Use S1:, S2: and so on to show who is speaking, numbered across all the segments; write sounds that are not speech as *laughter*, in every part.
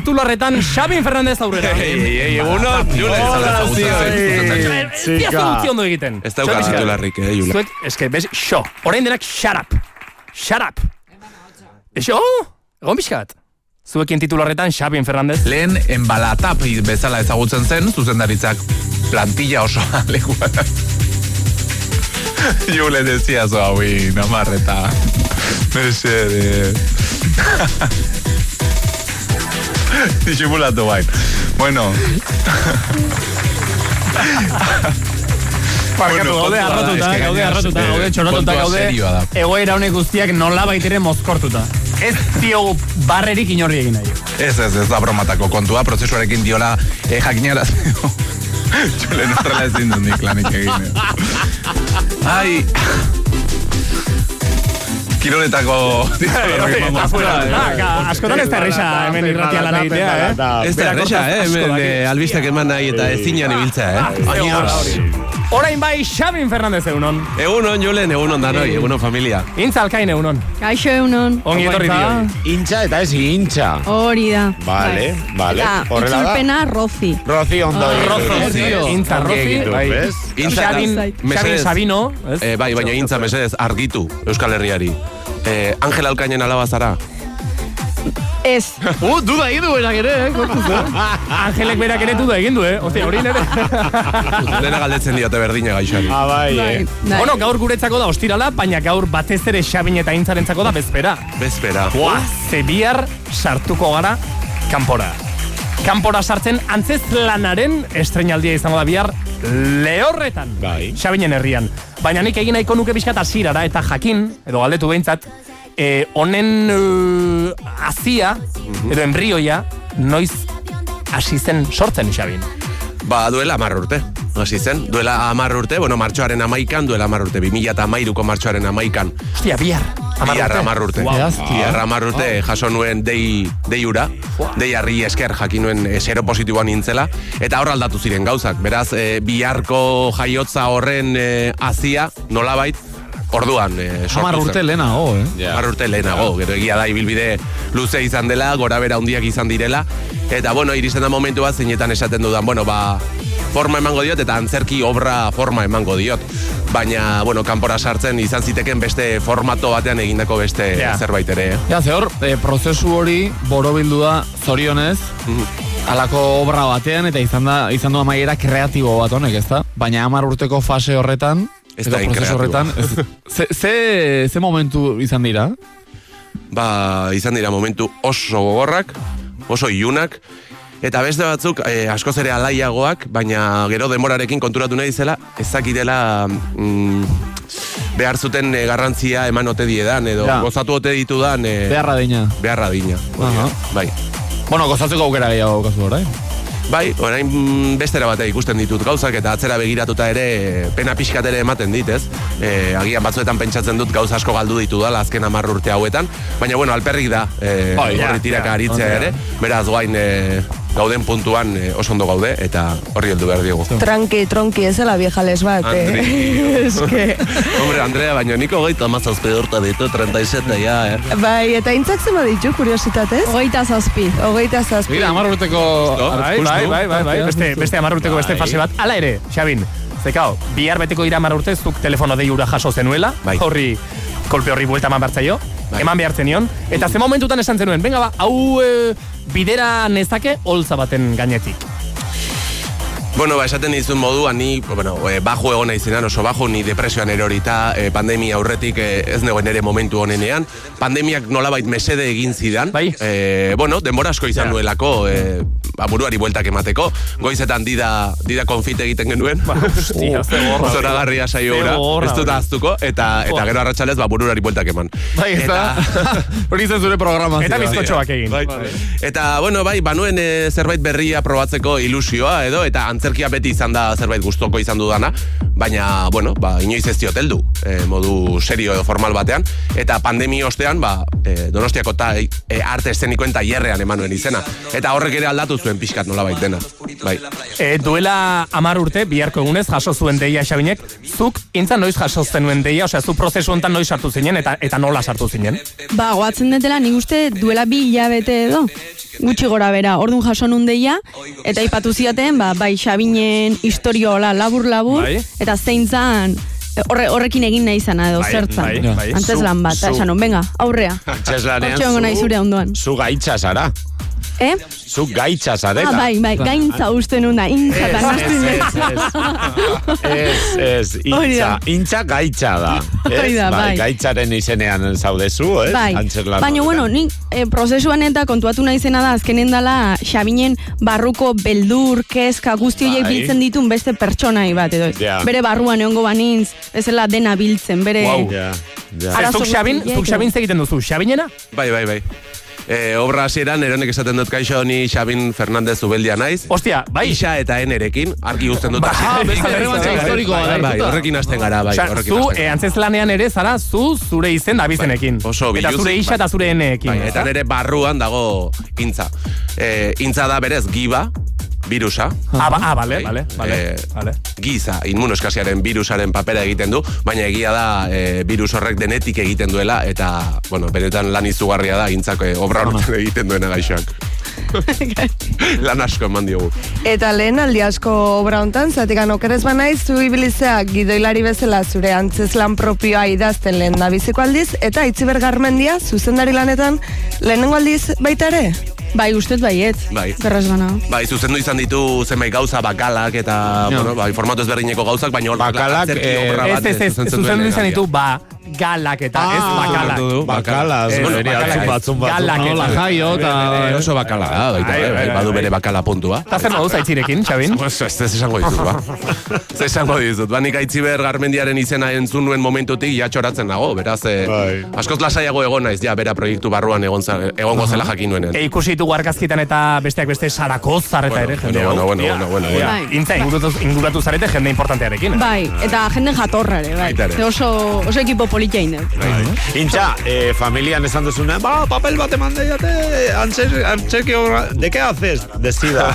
S1: titularretan Xabin Fernandez aurrera.
S2: Ei, ei, egunon, Julen,
S3: Hola,
S2: zaudaz,
S3: zioi.
S2: zaudaz.
S1: Ez dia
S3: Txika.
S1: funtzio eh, ondo egiten.
S2: Ez dauka
S1: Xabi,
S2: titularrik, eh, Julen.
S1: Zuek, eske, bez, xo. Orain denak shut up. Shut up. Xo? Egon pixkat. Zuekin titularretan Xabin Fernandez.
S3: Lehen enbalatap bezala ezagutzen zen, zuzendaritzak plantilla *laughs* osoa lekuan. Jule decía ah, zo hauin, amarreta. *laughs* Mesedez. Disimulatu bain. Bueno,
S1: Barkatu,
S3: Bueno, kontua
S1: gaude
S3: da,
S1: arratuta,
S3: eske
S1: gaude
S3: gainera,
S1: arratuta,
S3: eh,
S1: gaude txorotuta,
S3: kontua
S1: gaude
S3: serioa da.
S1: egoera honek guztiak nola baitere mozkortuta. Ez diogu barrerik inorri egin nahi.
S3: ez ez ez da bromatako kontua, prozesuarekin diola eh, jakinara *laughs* Julen horrela ezin dut nik lanik egin. eh. Ai... Kiroletako...
S1: eh. Ah, Askotan ez da erresa hemen irratia lan egitea, eh?
S2: Ez da erresa, eh, hemen eh, albistak eman nahi eta ezinan ibiltzea, eh?
S1: Orain bai, Xabin Fernandez eunon.
S2: Egunon, Julen, egunon danoi, egunon familia.
S1: Intzalkain eunon.
S4: Kaixo egunon.
S1: Ongi etorri dio.
S5: Intxa eta ez intxa.
S4: Hori da. Bai.
S5: Vale, vale.
S4: Eta
S5: Horrela da.
S4: itzulpena rozi.
S5: Rozi ondo.
S4: Ah,
S1: Rozo,
S2: Rozo.
S1: Intza, Rozi,
S5: Ongi egitu,
S1: bai.
S4: *laughs*
S5: ez?
S2: Intza,
S1: Xabin, Xabin
S2: mesedez.
S1: Sabino, ez?
S2: Eh, bai, baina intza, mesedez, argitu Euskal Herriari. Eh, Angel Alkainen alaba zara.
S5: *laughs*
S4: Ez.
S6: Uh, duda egin duenak ere, eh? kontuz, eh?
S1: Angelek berak ere duda egin du, eh? Ostia,
S2: *laughs*
S1: hori nere.
S2: Bai. Dena galdetzen diote berdina gaixari.
S5: Ah, bai, eh.
S4: Bai.
S1: Bueno, gaur guretzako da ostirala, baina gaur batez ere Xabin eta Intzarentzako da bezpera.
S2: Bezpera.
S1: Oa, ze bihar sartuko gara kanpora. Kanpora sartzen antzez lanaren estrenaldia izango da bihar lehorretan.
S5: Bai.
S1: Xabinen herrian. Baina nik egin nahiko nuke pixkat hasierara eta jakin, edo galdetu behintzat, eh, honen eh, hazia, edo embrioia, noiz hasi zen sortzen Xabin.
S2: Ba, duela amar urte. Hasi zen, duela amar urte, bueno, martxoaren amaikan, duela amar urte, 2008ko martxoaren amaikan.
S1: Ostia, bihar. Hamar
S2: Bihar
S1: urte. eh?
S2: amar urte. Bihar hamar urte jaso nuen dei, dei ura, dei harri esker jakin nuen eh, zero positiboan nintzela, eta hor aldatu ziren gauzak. Beraz, eh, biharko jaiotza horren eh, azia, nolabait, orduan eh, sortu
S6: Hamar
S2: zen.
S6: urte lehena, oh, eh?
S2: Hamar urte lehenago, gero egia da ibilbide luze izan dela, gora bera handiak izan direla, eta bueno, iristen da momentu bat zeinetan esaten dudan, bueno, ba, forma emango diot eta antzerki obra forma emango diot. Baina, bueno, kanpora sartzen izan ziteken beste formato batean egindako beste
S1: Ja.
S2: zerbait ere. eh?
S6: Ja, ze hor, eh, prozesu hori borobildu da zorionez, alako obra batean, eta izan da, izan du amaiera kreatibo bat honek, ez da? Baina hamar urteko fase horretan,
S2: Ez
S6: edo
S2: da hain
S6: prozesu
S2: kreatiboa.
S6: horretan, ez, ze, ze, ze momentu izan dira?
S2: Ba, izan dira momentu oso gogorrak, oso ilunak, eta beste batzuk eh, askoz ere alaiagoak, baina gero demorarekin konturatu nahi zela, ezakitela mm, behar zuten eh, garrantzia eman ote diedan, edo
S6: Ja.
S2: gozatu ote ditudan eh,
S6: Beharra dina.
S2: beharra dina. hori da,
S6: Aha.
S2: Bai.
S6: Bueno, gozatzeko aukera gehiago kasu orain.
S2: Bai, orain mm, bestera batea ikusten ditut gauzak eta atzera begiratuta ere eh, pena pixkat ere ematen dit, ez? Eh, agian batzuetan pentsatzen dut gauza asko galdu ditudala azken 10 urte hauetan, baina bueno, alperrik da eh,
S6: Bai, ja,
S2: horri tiraka
S6: ja,
S2: aritzea
S6: hori da.
S2: ere, beraz guain eh, gauden puntuan eh, oso ondo gaude eta horri heldu behar diogu.
S7: Tranqui, tronqui, ez la vieja les bat,
S4: *laughs*
S7: eh?
S2: Andri.
S7: Eske.
S2: Hombre, Andrea, baina niko gaita mazazpe urte ditu, 37 ja, eh?
S7: Bai, eta intzak zema ditu, kuriositatez?
S4: Hogeita zazpi.
S7: Hogeita zazpi.
S6: Gira, hamar urteko...
S1: Bai, bai, bai, bai, bai, beste, beste amarrurteko beste fase bat. Hala ere, Xabin, zekao, bihar beteko dira amarrurte, zuk telefono dei hura jaso zenuela,
S2: Bai.
S1: horri, kolpe horri buelta eman bartzaio,
S2: Bai.
S1: eman behar zenion, eta ze momentutan esan zenuen, venga ba, hau eh, bidera nezake holtza baten gainetik.
S2: Bueno, ba, esaten dizun moduan, ni, bueno, eh, bajo egon naizenan oso bajo, ni depresioan erorita, eh, pandemia aurretik eh, ez negoen ere momentu honenean. Pandemiak nolabait mesede egin zidan.
S1: Bai.
S2: Eh, bueno, denbora asko izan
S1: Ja.
S2: nuelako, eh, ba, buruari bueltak emateko. Goizetan dida, dida konfite egiten genuen.
S1: Ba,
S2: *laughs*
S1: Hostia, ze gorra hori.
S2: Zoragarria saio
S1: Ze
S2: hura,
S1: gorra
S2: ez dut
S1: hori.
S2: ahaztuko, eta, eta gero arratsalez ba, buruari bueltak eman.
S6: Bai, ez da. *laughs* Hori izan zure programa.
S1: Eta bizkotxoak egin.
S2: Bai. Eta, bueno, bai, banuen e, zerbait berria probatzeko ilusioa, edo, eta antzerkia beti izan da zerbait gustoko izan dudana, baina, bueno, ba, inoiz ez diot heldu, e, modu serio edo formal batean, eta pandemia ostean, ba, e, eh, donostiako ta, e, arte eszenikoen tailerrean emanuen izena. Eta horrek ere aldatu zuen pixkat nolabait dena. Bai.
S1: E, duela amar urte, biharko egunez, jaso zuen deia Xabinek, zuk intza noiz jaso zenuen deia, osea, zu prozesu honetan noiz sartu zinen, eta eta nola sartu zinen.
S2: Bai.
S4: Ba, goatzen detela, nik uste duela bi hilabete edo, gutxi gora bera, orduan jaso nun deia, eta ipatu ziaten, ba, bai, Xabinen historio hola labur-labur,
S1: Bai.
S4: eta zein zan, horre, horrekin egin nahi zana edo,
S1: Bai,
S4: zertzan.
S1: bai, bai.
S4: Antzeslan bat, eta
S5: Zu-
S4: esan hon, venga,
S5: *laughs*
S4: aurrea.
S5: Itxaslanean
S4: Hortxe egongo naiz zure ondoan.
S5: Zu gaitza zara.
S4: Eh?
S5: Zu gaitza zarela.
S4: Ah, bai, bai, gaintza uste nuna, intza
S5: Ez,
S4: eta naztu
S5: ez,
S4: nuen.
S5: ez, ez, ez,
S4: *laughs* Hori
S5: intza,
S4: da.
S5: intza gaitza da.
S4: *laughs* Hori
S5: Ez,
S4: da, bai.
S5: Gaitzaren izenean zaudezu, ez?
S4: Bai,
S5: Antzerlan
S4: baina
S5: horretan.
S4: bueno, nik eh, prozesuan eta kontuatu naizena da, azkenen dala Xabinen barruko beldur, kezka, guzti horiek
S5: Bai.
S4: biltzen ditun beste pertsonai bat, edo.
S5: Ja.
S4: Bere barruan egongo banintz, bezala dena biltzen, bere...
S1: Wow.
S5: Ja, ja.
S4: Arazo
S1: Zuk Xabin,
S4: guztiak,
S1: zuk Xabin zegiten duzu, Xabinena?
S2: Bai, bai, bai. E, obra hasieran eronek esaten dut kaixo ni Xabin Fernandez Ubeldia naiz.
S1: Ostia, bai.
S2: Isa eta enerekin, argi uzten dut.
S1: Ba,
S2: hasieran.
S1: beste errebantza
S6: historikoa da,
S2: Bai, bai,
S6: puta.
S2: horrekin hasten gara, bai,
S1: Osea,
S2: horrekin
S1: zu
S2: hasten
S1: e,
S2: gara.
S1: antzezlanean ere zara, zu zure izen da bizenekin.
S2: Bai, oso
S1: eta
S2: biluzik,
S1: zure isa
S2: bai.
S1: eta zure eneekin.
S2: Bai, eta nere barruan dago intza. E, intza da berez giba, virusa.
S1: Ah, ba, ah, bale,
S2: Bai,
S1: bale, bale,
S2: eh,
S1: bale.
S2: Giza, inmunoskasiaren virusaren papera egiten du, baina egia da e, virus horrek denetik egiten duela, eta, bueno, benetan lan izugarria da intzako e, obra horretan egiten duena gaixoak. lan asko eman diogu.
S7: Eta lehen aldi asko obra hontan, zatekan okerez banaiz, zu ibilizea gidoilari bezala zure antzeslan propioa idazten lehen da biziko aldiz, eta itziber garmendia zuzendari lanetan lehenengo aldiz baita ere?
S4: Bai, ustez baietz.
S2: Bai.
S4: Berraz bana.
S2: Bai, zuzendu izan ditu zenbait gauza bakalak eta,
S6: Ja.
S2: bueno, bai, formatu ezberdineko gauzak, baina hor
S5: Bakalak,
S2: antzerki
S5: eh,
S2: obra
S1: Ez,
S2: bat,
S1: ez, ez,
S2: zuzentzen zuen
S1: zuzendu izan
S2: lehenaldia. Ah.
S1: ditu, ba, galak eta Ah, ez
S5: Ah,
S1: bakalak.
S5: Bakala,
S1: Ez,
S5: bueno, niri
S1: bakalak
S5: atzun
S1: ez.
S5: batzun batzun.
S1: Galak
S6: Nola
S1: eta-
S6: jaio
S2: Eh,
S6: eta...
S2: Oso bakala da, baita,
S1: Bai,
S2: eh,
S1: bai,
S2: bai, badu bere bakala puntua.
S1: Eta zer moduz aitzirekin, Xabin?
S2: Pues ez ez esango dizut, ba. Ez esango dizut, ba nik Aitziber Garmendiaren izena entzun nuen momentutik ja txoratzen nago, beraz, eh,
S5: Bai.
S2: askoz lasaiago egon naiz, ja, bera proiektu barruan egon za- egongo zela jakin nuenean.
S1: E, ikusi ditugu argazkitan eta besteak beste sarako zareta ere
S2: Bueno, bueno,
S1: jende.
S2: bueno,
S1: hau.
S2: bueno,
S1: Ia,
S2: bueno, bueno,
S1: ia,
S4: bueno.
S1: Intza inguratu, inguratu zarete jende importantearekin. eh?
S4: Bai, eta jende jatorra ere, bai.
S2: Baita ere.
S4: Ze Oso, oso ekipo politia indek.
S5: Intza, eh, familian esan duzuna, ba, papel bat eman deiate, antzer- antzerki obra, de qué haces? Desida.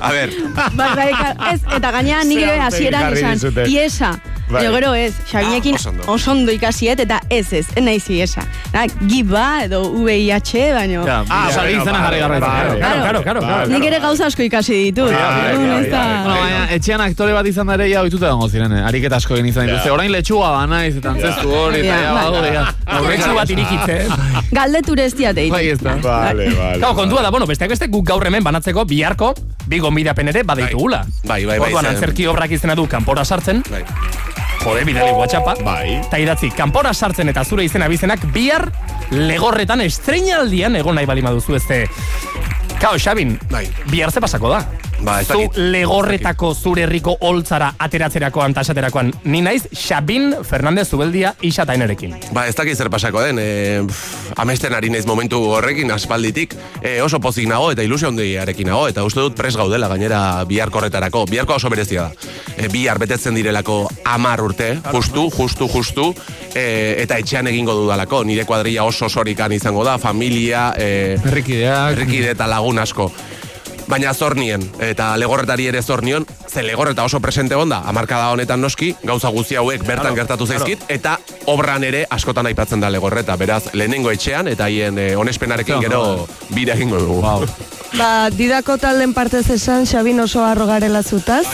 S2: A ber,
S4: Bai, bai, ka- ez, eta gainean nik ere
S5: Zean
S4: hasieran
S5: jarri
S4: esan,
S5: dizute.
S4: iesa.
S5: Bai.
S4: Baina gero ez, Xabinekin
S2: Ah, oso ondo.
S4: oso ondo ikasiet eta ez ez, ez naiz iesa. Na, giba edo VIH, baino.
S1: Ja,
S6: Ah,
S5: Ja,
S6: osa,
S5: bueno,
S6: izena
S5: bai,
S6: jarri garraitzen.
S5: bai,
S6: Claro,
S1: claro, claro, claro,
S5: bai,
S1: claro.
S4: Nik ere gauza asko ikasi ditut.
S5: Bai,
S4: Orduan
S5: bai,
S4: ez da-
S5: bai,
S6: Bueno, baina, etxean aktore bat izan da ere ja ohituta egongo ziren, eh? ariketa asko egin izan dituzte.
S5: Ja.
S6: Orain letxua ba naiz, eta antzestu hori, eta
S4: Ja,
S6: ja,
S4: bai.
S6: badaude, ja.
S1: Aurretsu bat irikitze. eh?
S4: Galdetu ere ez diat
S6: Bai,
S4: egiten.
S6: ez da.
S5: *laughs* Vale, vale.
S1: Gau, kontua da, bueno, besteak beste guk gaur hemen banatzeko biharko bi gonbidapen ere badaitugula.
S2: Bai, bai, bai,
S1: Orduan
S2: zen.
S1: antzerki obrak izena du kanpora sartzen,
S2: bai.
S1: jode bidali WhatsAppa.
S5: Bai.
S1: Eta idatzi, kanpora sartzen eta zure izena bizenak bihar legorretan estreinaldian egon nahi balima duzu ezte. Kao, Xabin,
S2: Bai.
S1: bihar ze pasako da.
S2: Ba, ez
S1: Zu
S2: dakit.
S1: legorretako zure herriko holtzara ateratzerakoan eta esaterakoan ni naiz Xabin Fernandez Zubeldia isatainerekin.
S2: Ba, ez dakit zer pasako den, e, pff, amesten ari naiz momentu horrekin aspalditik, e, oso pozik nago eta ilusio handiarekin nago, eta uste dut pres gaudela gainera biharko horretarako, biharko oso berezia da. E, bihar betetzen direlako amar urte, justu, justu, justu, e, eta etxean egingo dudalako, nire kuadrilla oso sorikan izango da, familia, e,
S6: Herrikideak.
S2: herrikide eta lagun asko. Baina zornien, eta legorretari ere zornion, ze legorreta oso presente onda, hamarkada honetan noski, gauza guzti hauek bertan gertatu zaizkit, eta obran ere askotan aipatzen da legorreta, beraz, lehenengo etxean, eta haien eh, onespenarekin
S6: Claro,
S2: gero bira egingo dugu.
S6: Wow.
S7: Ba, didako talden partez esan, Xabin oso arro garela zutaz.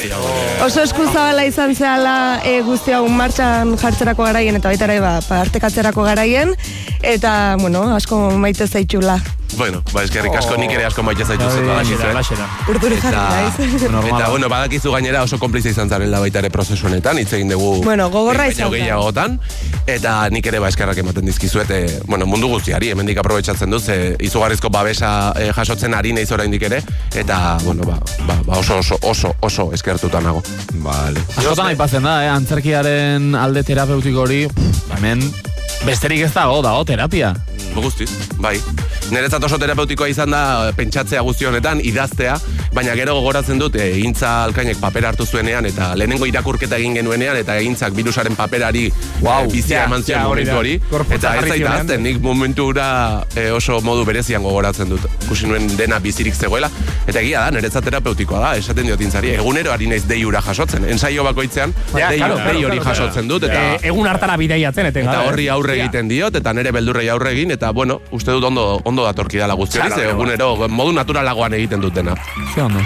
S7: Oso eskuzabala izan zehala e, guzti hau martxan jartzerako garaien, eta baita ere ba, partekatzerako garaien, eta, bueno, asko maite zaitxula.
S2: Bueno, ba, eskerrik asko nik ere asko maite zaitu
S6: Bai,
S2: zen, badakizu,
S1: Alaxera,
S2: eh?
S1: alaxera.
S7: Urduri jarri naiz. *laughs*
S6: Normala.
S2: Eta, bueno, badakizu gainera oso konplize izan zarela baita ere prozesu honetan, hitz egin dugu.
S7: Bueno, gogorra
S2: behin
S7: izan da.
S2: baino gehiagotan, eta nik ere ba eskerrak ematen dizkizuet, eh, bueno, mundu guztiari hemendik aprobetxatzen duz, eh, izugarrizko babesa eh, jasotzen ari naiz oraindik ere, eta, bueno, ba, ba, ba oso, oso, oso, oso eskertuta nago.
S5: Vale.
S6: Askotan aipatzen da, eh? antzerkiaren alde terapeutiko hori, pff, hemen besterik ez dago, dago terapia.
S2: Guztiz, bai. Niretzat oso terapeutikoa izan da eh, pentsatzea guzti honetan, idaztea, baina gero gogoratzen dut, eh, egintza alkainek papera hartu zuenean, eta lehenengo irakurketa egin genuenean, eta egintzak virusaren paperari wow,
S1: ja,
S2: bizia eman
S1: ja,
S2: zion
S1: hori da.
S2: momentu hori,
S1: Gorputza
S2: eta
S1: jarri
S2: ez
S1: eh.
S2: zait
S1: zionean.
S2: ahazten, nik momentura eh, oso modu berezian gogoratzen dut, ikusi nuen dena bizirik zegoela, eta egia da, niretzat terapeutikoa da, esaten diot intzari, egunero ari naiz deiura jasotzen, ensaio bakoitzean,
S1: Ja,
S2: dei,
S1: claro, claro,
S2: dei hori
S1: claro, claro.
S2: jasotzen dut, eta...
S1: E, egun hartara bideiatzen, eten
S2: Eta horri aurre egiten diot, eta nire beldurrei aurre egin, eta bueno, uste dut ondo, ondo datorki dala guzti hori,
S1: Txarra,
S2: ze
S1: baina,
S2: egunero modu naturalagoan egiten dut dena.
S6: Ze ondo.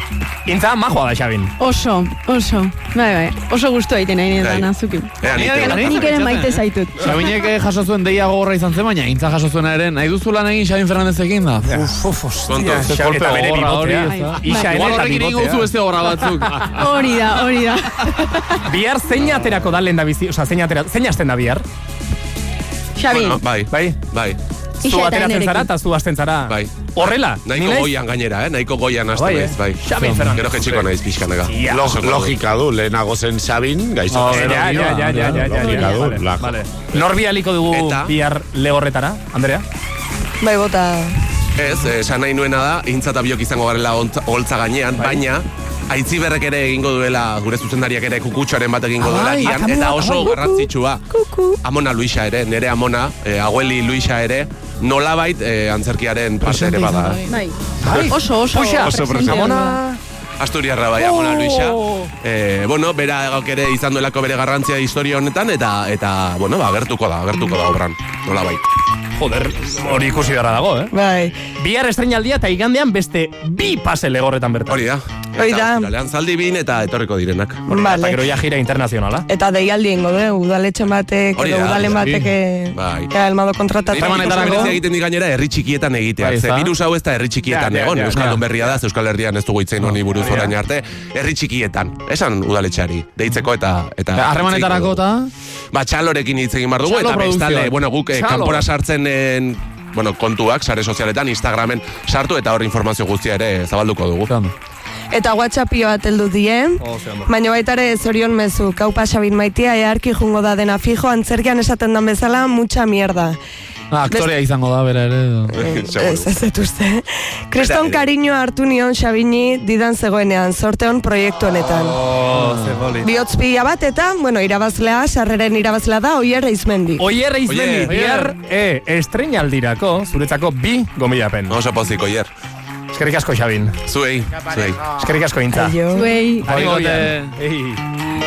S1: Intza majoa da, Xabin.
S4: Oso, oso. Bai, bai, oso gustu egiten nahi nire
S2: Bai.
S4: dana zuki.
S2: Ea, nik ere.
S4: Nik ere maite zaitut.
S6: Xabinek eh, jaso zuen deia gogorra izan zen, baina intza jaso zuena ere, nahi duzu lan egin Xabin Fernandezekin da.
S1: Uf, uf, hostia.
S2: Kontu.
S1: Xa-
S6: Ze kolpe
S1: Eta bere
S6: gogorra hori,
S1: bibotea.
S6: ez da?
S1: Ixa ere
S6: Igual
S1: eta
S6: horrekin egingo duzu
S1: bibotea.
S6: beste obra batzuk.
S4: Hori da, hori da.
S1: Bihar zein aterako da lehen da bizi, oza, zein atera, zein hasten da bihar?
S4: Xabi,
S2: Bueno, bai, bai,
S1: Bai?
S2: bai,
S1: Zu
S4: Ixa eta
S1: ateratzen
S4: enerekin.
S1: zara eta zu hasten zara.
S2: Bai.
S1: Horrela, ni
S2: nahiko
S1: naiz-
S2: goian gainera, eh? nahiko goian hastu
S1: Bai, eh?
S2: naiz, bai.
S1: Xabi Fernández.
S2: Gero jetxiko naiz pixkanaka.
S1: Ja.
S5: Log, eh, logika du, lehenago zen Sabin, gaizto.
S1: Ja, ja, ja, ja, ja, ja, ja,
S5: Logika
S1: ja,
S5: du,
S1: vale,
S5: lako.
S1: vale. Nor bidaliko dugu
S2: Eta?
S1: bihar lehorretara, Andrea?
S7: Bai, bota.
S2: Ez, eh, esan nahi nuena da, intza eta biok izango garela ontza- holtza gainean,
S1: Bai.
S2: baina aitziberrek ere egingo duela, gure zuzendariak ere kukutxoaren bat egingo duela,
S1: Ai,
S2: gian,
S1: akamela,
S2: eta oso
S1: ai, kuku,
S2: garrantzitsua.
S7: Kuku.
S2: Amona Luisa ere, nere amona, eh, agueli Luisa ere, nolabait eh, antzerkiaren parte ere bada.
S4: bai. Oso, oso.
S1: Puxa,
S4: presente
S1: presente.
S4: ona.
S1: Amona.
S2: Asturiarra bai,
S6: Oh!
S2: Amona Luisa. Eh, bueno, bera egok ere izan duelako bere garrantzia historia honetan, eta, eta bueno, ba, gertuko da, gertuko da obran, nolabait.
S1: Joder, hori ikusi gara dago, eh?
S7: Bai.
S1: Bihar estreinaldia eta igandean beste bi pase legorretan bertan.
S2: Hori da.
S7: Hori da.
S2: Lehan zaldi bin eta etorriko direnak.
S1: Eta
S7: Vale.
S1: gero ja gira internazionala.
S7: Eta deialdi ingo de, udaletxe batek,
S2: Hori
S7: edo
S2: da,
S7: udalen
S2: hori
S7: batek, eh,
S2: Bai.
S7: ea, elmado kontratatu.
S2: Nire ikusi
S6: Harremanetarako-
S2: berezia egiten di gainera herri txikietan egitea.
S6: Bai, ez
S2: Ze
S6: da?
S2: virus hau ez da herri txikietan
S1: Ja, ja,
S2: egon.
S1: ja,
S2: Euskaldun
S1: ja.
S2: berria da, ze Euskal Herrian ez dugu itzen honi buruz
S1: Ja.
S2: orain arte. Herri txikietan. Esan udaletxeari. Deitzeko eta... eta
S6: Harremanetarako eta...
S2: Ba, txalorekin hitz egin behar dugu,
S6: Txalo
S2: eta bestale,
S6: produkzioak.
S2: bueno, guk eh,
S1: Txalo.
S2: kanpora sartzen en, bueno, kontuak, sare sozialetan, Instagramen sartu, eta hor informazio guztia ere zabalduko dugu. *laughs*
S6: Ze ondo.
S7: Eta WhatsAppi bat heldu die. Baina baita ere zorion mezu, kau pasabin maitia, earki jungo da dena fijo, antzerkian esaten den bezala, mucha
S2: *laughs*
S7: mierda.
S6: Ah, aktorea izango da, bera ere. edo.
S7: Eh,
S2: Seguru.
S7: Ez, ez dut uste. Kriston kariñoa hartu nion Xabini didan zegoenean, sorte hon proiektu honetan.
S2: Oh.
S7: Bihotz pila bat eta, bueno, irabazlea, sarreren irabazlea da, oier izmendi.
S1: Oier izmendi,
S2: Oier.
S1: bihar e, estreinaldirako zuretzako bi gomilapen.
S2: Oso pozik, oier.
S1: Eskerrik asko, Xabin.
S2: Zuei, zuei.
S1: Eskerrik asko, Intza.
S7: Aio.
S4: Zuei,
S1: Arrigo,
S6: Oigote.
S1: Oier. Ei.